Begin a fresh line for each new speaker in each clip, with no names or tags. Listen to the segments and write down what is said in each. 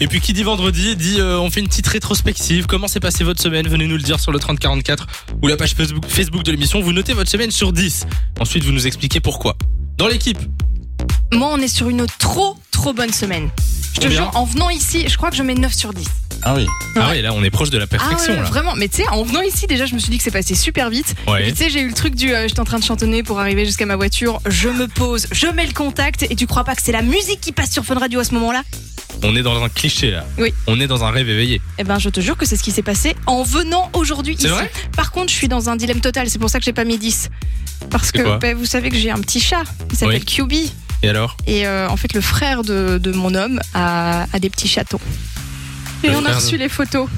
Et puis qui dit vendredi dit euh, on fait une petite rétrospective. Comment s'est passée votre semaine Venez nous le dire sur le 3044 ou la page Facebook- Facebook de l'émission. Vous notez votre semaine sur 10. Ensuite, vous nous expliquez pourquoi. Dans l'équipe,
Moi, on est sur une trop, trop bonne semaine. Je te
Combien
jure, en venant ici, je crois que je mets 9 sur 10.
Ah oui.
ah ouais, là on est proche de la perfection
Ah ouais,
là.
vraiment. Mais tu sais, en venant ici, déjà, je me suis dit que c'est passé super vite. Et
Ouais.
tu sais, j'ai eu le truc du euh, j'étais en train de chantonner pour arriver jusqu'à ma voiture, je me pose, je mets le contact, et tu crois pas que c'est la musique qui passe sur Fun Radio à ce moment-là
On est dans un cliché là.
Oui.
On est dans un rêve éveillé.
Eh ben, je te jure que c'est ce qui s'est passé en venant aujourd'hui
C'est
ici.
vrai
Par contre, je suis dans un dilemme total, c'est pour ça que j'ai pas mis 10. Parce
C'est quoi
que ben, vous savez que j'ai un petit chat, il s'appelle
Oui.
QB,
Et alors
Et euh, en fait, le frère de, de mon homme a, a des petits chatons. Et
Le
on a
frère
reçu
de-
les photos.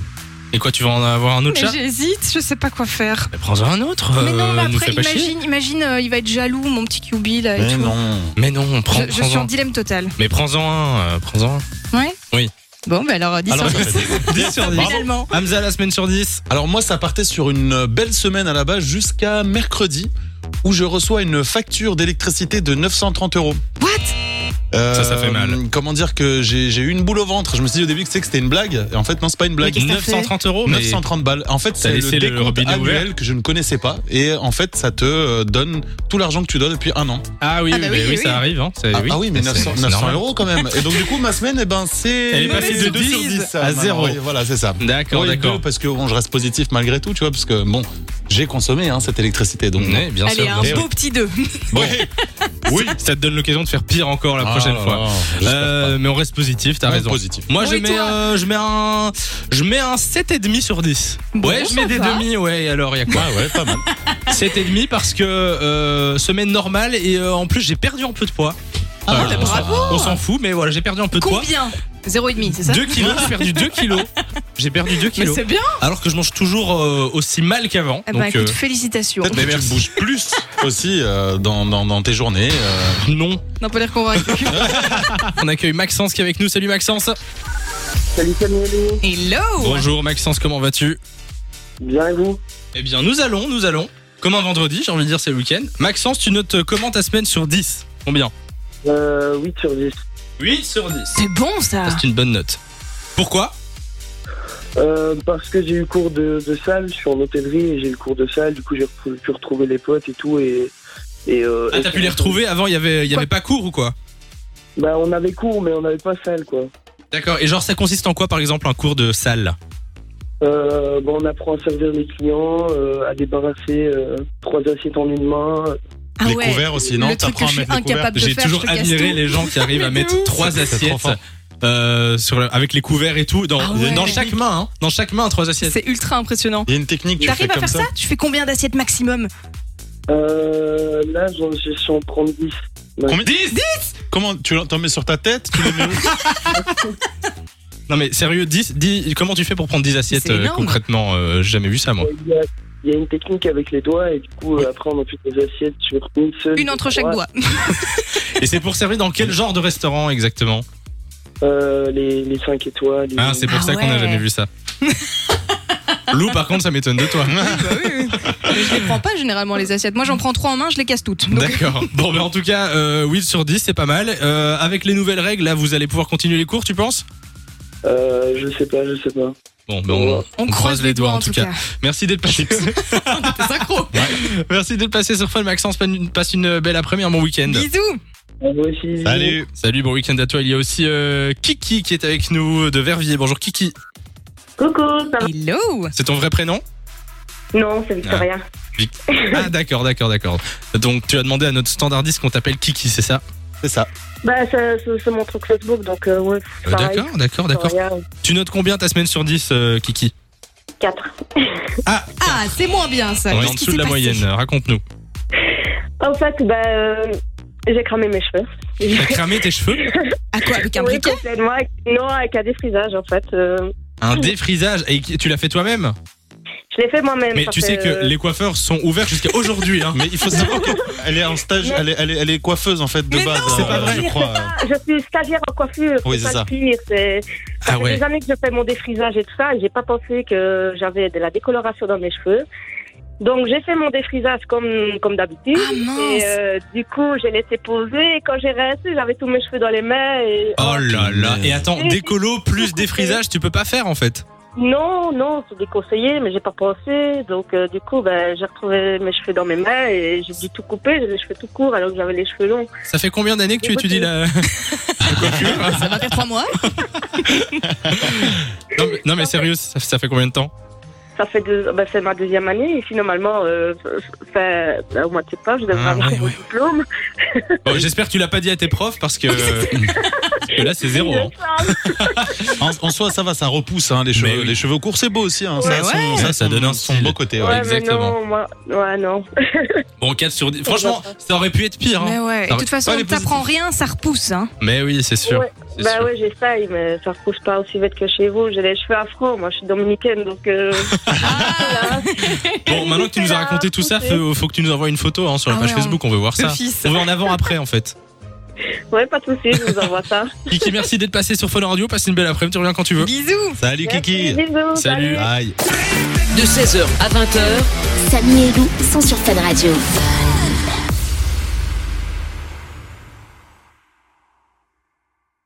Et quoi, tu vas en avoir un autre
Mais
chat
j'hésite, je sais pas quoi faire.
Mais Prends-en un autre.
mais non,
euh,
mais
nous
après,
fais pas chier.
imagine, imagine euh, il va être jaloux, mon petit QB là et
Mais
tout.
non.
Mais non, prends,
Je, je suis en
prends-en.
dilemme total.
Mais prends-en un. euh, prends-en un.
Ouais
Oui.
Bon, bah alors, 10
Alors,
sur 10.
10 sur 10.
Finalement.
Hamza, la semaine sur 10.
Alors moi, ça partait sur une belle semaine à la base jusqu'à mercredi où je reçois une facture d'électricité de 930 euros.
What
Euh,
Ça, ça fait mal.
Comment dire que j'ai j'ai eu une boule au ventre. Je me suis dit au début que c'était une blague. Et en fait, non, c'est pas une blague.
qu'est-ce que t'as fait
930 euros. mais-
930 balles. En fait, c'est
laissé
le
le
décompte
robinet ouvert
annuel que je ne connaissais pas. Et en fait, ça te euh, donne tout l'argent que tu dois depuis un an.
Ah oui,
Ah bah
oui,
oui,
oui,
oui,
ça
oui.
arrive. Hein. c'est-
ah, ah oui, mais
c'est-
900,
c'est
900
normal.
euros quand même. Et donc du coup, ma semaine, eh ben, c'est...
Elle est
passée de 10 sur
10 à
maintenant.
zéro.
Oui, voilà, c'est ça.
D'accord,
Oui,
d'accord.
deux, parce que bon, je reste positif malgré tout, tu vois, parce que bon, j'ai consommé hein, cette électricité, donc.
Oui, bien
Allez,
sûr.
un
bien sûr.
beau petit 2.
Bon. oui, ça te donne l'occasion de faire pire encore la
Ah,
prochaine
là,
fois.
là, j'espère
Euh, mais on reste positif, t'as
Ouais,
raison.
positif.
Moi,
Bon,
je,
et
mets,
toi
euh, je mets un, je mets un 7,5 sur 10.
Bon,
ouais, je
ça
mets des
va.
demi, ouais, et alors, il y a quoi
pas. Ah Ouais, ouais, pas mal.
7,5 parce que euh, semaine normale et euh, en plus, j'ai perdu un peu de poids.
Ah,
on s'en-
bravo
On s'en fout, mais voilà, j'ai perdu un peu de poids.
Combien 0,5, c'est ça
2 kilos, j'ai perdu 2 kilos. J'ai perdu 2
Mais
kilos.
c'est bien.
Alors que je mange toujours euh, aussi mal qu'avant.
Eh ben,
donc,
écoute,
euh,
félicitations.
Peut-être que
Mais
tu
merci.
bouges plus aussi euh, dans, dans, dans tes journées. euh.
non.
On peut l'air convaincu.
On accueille Maxence qui est avec nous. Salut Maxence.
Salut Samuel,
Hello
Bonjour Maxence, comment vas-tu
bien et vous
Eh bien, nous allons, nous allons. Comme un vendredi, j'ai envie de dire, c'est le week-end. Maxence, tu notes euh, comment ta semaine sur 10 Combien
euh, 8 sur 10.
8 sur 10.
C'est bon ça
C'est une bonne note. Pourquoi
Euh, parce que j'ai eu cours de, de salle, je suis en hôtellerie et j'ai eu le cours de salle, du coup j'ai re- pu retrouver les potes et tout. Et, et, euh,
Ah,
et
t'as pu les retrouver avant, il y avait, il y avait pas cours ou quoi
Bah on avait cours mais on n'avait pas salle quoi.
D'accord. Et genre, ça consiste en quoi, par exemple, un cours de salle
Euh, bon, on apprend à servir les clients, euh, à débarrasser euh, trois assiettes en une main.
Ah
les
ouais.
couverts aussi, non
le truc que
T'apprends à
je suis
mettre les couverts.
incapable de
J'ai
faire,
toujours
je te casse
admiré
tout.
les gens qui arrivent à
Mais de
mettre
ouf.
trois
C'est trop
assiettes
fort.
euh, sur la- avec les couverts et tout. Dans,
Ah ouais.
dans chaque main, hein. dans chaque main, trois assiettes.
C'est ultra impressionnant.
Il y a une technique, tu fais
T'arrives à
comme
faire
ça.
ça, Tu fais combien d'assiettes maximum
Euh, là, j'en- je suis en prendre 10.
Combien 10 Comment Tu t'en mets sur ta tête tu les mets où
Non mais sérieux, 10, 10 comment tu fais pour prendre 10 assiettes
C'est
euh,
énorme.
concrètement euh, J'ai jamais vu ça moi.
Il y, a, il y a une technique avec les doigts et du coup, euh, après, on ensuite les assiettes sur une seule.
Une entre chaque
Ouais.
doigt.
Et c'est pour servir dans quel genre de restaurant exactement
Euh, les, les 5 étoiles. les-
Ah, c'est pour
Ah
ça qu'on n'a
ouais.
jamais vu ça. Lou, par contre, ça m'étonne de toi.
Bah
Mais je les prends pas généralement les assiettes. Moi j'en prends trois en main, je les casse toutes. Donc,
D'accord. Bon, mais en tout cas, euh, 8 sur 10, c'est pas mal. Euh, avec les nouvelles règles, là, vous allez pouvoir continuer les cours, tu penses
Euh, je sais pas, je sais pas.
Bon, ben, on, on croise les doigts en tout cas. Merci d'être passé.
C'est synchro.
Merci d'être passé sur Fun, Maxence. Passe une- Passe une belle après-midi, un bon week-end.
Bisous.
Ah, moi aussi,
Salut
Salut, bon week-end à toi. Il y a aussi euh, Kiki qui est avec nous de Verviers. Bonjour Kiki.
Coucou, ça va
Hello.
C'est ton vrai prénom
Non, c'est Victoria.
Ah d'accord, d'accord, d'accord. Donc tu as demandé à notre standardiste qu'on t'appelle Kiki, c'est ça
C'est ça.
Bah, ça- ça- c'est mon truc Facebook, donc euh, ouais, c'est
Euh,
pareil.
D'accord, d'accord, d'accord.
Victoria,
Tu notes combien ta semaine sur 10, euh, Kiki
4.
Ah, c'est moins bien ça.
On est
Qu'est-ce
en
qui
dessous de la
s'est passé
moyenne, raconte-nous.
En fait, bah, euh, j'ai cramé mes cheveux.
T'as cramé tes cheveux
À quoi Avec un
Oui,
bricot
c'est fait de moi. Non, avec un défrisage, en fait. euh,
Un défrisage, et tu l'as fait toi-même
je l'ai fait moi-même.
Mais
ça
tu sais
fait,
que
euh,
les coiffeurs sont ouverts jusqu'à aujourd'hui. Hein.
Mais il faut savoir qu'elle est en stage, elle est, elle est- elle est coiffeuse en fait de
Mais
base.
non
euh,
C'est pas vrai.
Je crois.
ah, Je suis stagiaire en coiffure.
Oui,
pas
c'est ça.
le pire, c'est- Ça
Ah
fait
ouais.
des années que je fais mon défrisage et tout ça, et j'ai pas pensé que j'avais de la décoloration dans mes cheveux. Donc j'ai fait mon défrisage comme, comme d'habitude.
Ah
Et
mince
euh, du coup, j'ai laissé poser. Et quand j'ai resté, j'avais tous mes cheveux dans les mains. Et...
Oh là là. Et attends,
Et-
décolo plus défrisage, tu peux pas faire en fait.
Non, non, c'est déconseillé, mais j'ai pas pensé. Donc euh, du coup, ben, j'ai retrouvé mes cheveux dans mes mains et j'ai dû tout couper. J'ai les cheveux tout courts alors que j'avais les cheveux longs.
Ça fait combien d'années que tu étudies la, la coiffure
euh.
Ça va faire trois mois
Non mais, non, mais sérieux, ça, ça fait combien de temps
Ça fait deux, ben, c'est ma deuxième année. Et finalement, euh, fin- ben, au mois de septembre, je devrais
Ah,
avoir
ouais,
mon
ouais.
diplôme.
Bon, J'espère que tu l'as pas dit à tes profs parce que, euh, parce que là c'est zéro. hein.
En, en soi, ça va, ça repousse hein, les cheveux.
Mais oui.
Les cheveux courts, c'est beau aussi. Hein,
Ouais.
ça, a son-
Ouais,
ça, a
ça
son-
donne un
son
style.
beau côté.
Ouais,
ouais.
mais
exactement.
non, moi, ouais, non.
Bon, 4 sur 10. Franchement, ça aurait pu être pire. hein.
Mais ouais, et de toute façon,
Pas les
t'apprends rien, ça repousse. Hein.
Mais oui, c'est sûr.
Ouais.
c'est
Bah
sûr.
ouais, j'essaye, mais ça repousse pas aussi vite que chez vous. J'ai les cheveux afro, moi je suis dominicaine, donc euh,
Ah.
voilà.
Bon, maintenant que tu nous as raconté tout ça, faut, faut que tu nous envoies une photo hein, sur la
Ah
page
ouais,
Facebook, on veut voir ça.
fils.
On veut en avant après en fait.
Ouais, pas de soucis, je vous envoie ça.
Kiki, merci d'être passé sur Fun Radio, passe une belle après-midi, tu reviens quand tu veux.
Bisous
Salut Kiki.
Merci, bisous,
Salut.
Aïe.
De 16h à 20h,
Samy et Lou sont sur Fan Radio.